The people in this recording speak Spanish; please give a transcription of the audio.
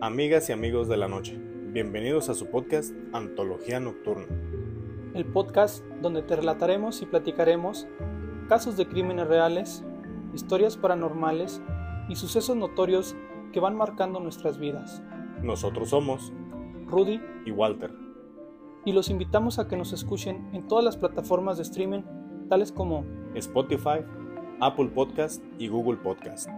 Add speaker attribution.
Speaker 1: Amigas y amigos de la noche, bienvenidos a su podcast Antología Nocturna.
Speaker 2: el podcast donde te relataremos y platicaremos casos de crímenes reales, historias paranormales y sucesos notorios que van marcando nuestras vidas.
Speaker 1: Nosotros somos
Speaker 2: Rudy
Speaker 1: y Walter.
Speaker 2: y los invitamos a que nos escuchen en todas las plataformas de streaming, tales como
Speaker 1: Spotify, Apple Podcast y Google Podcast.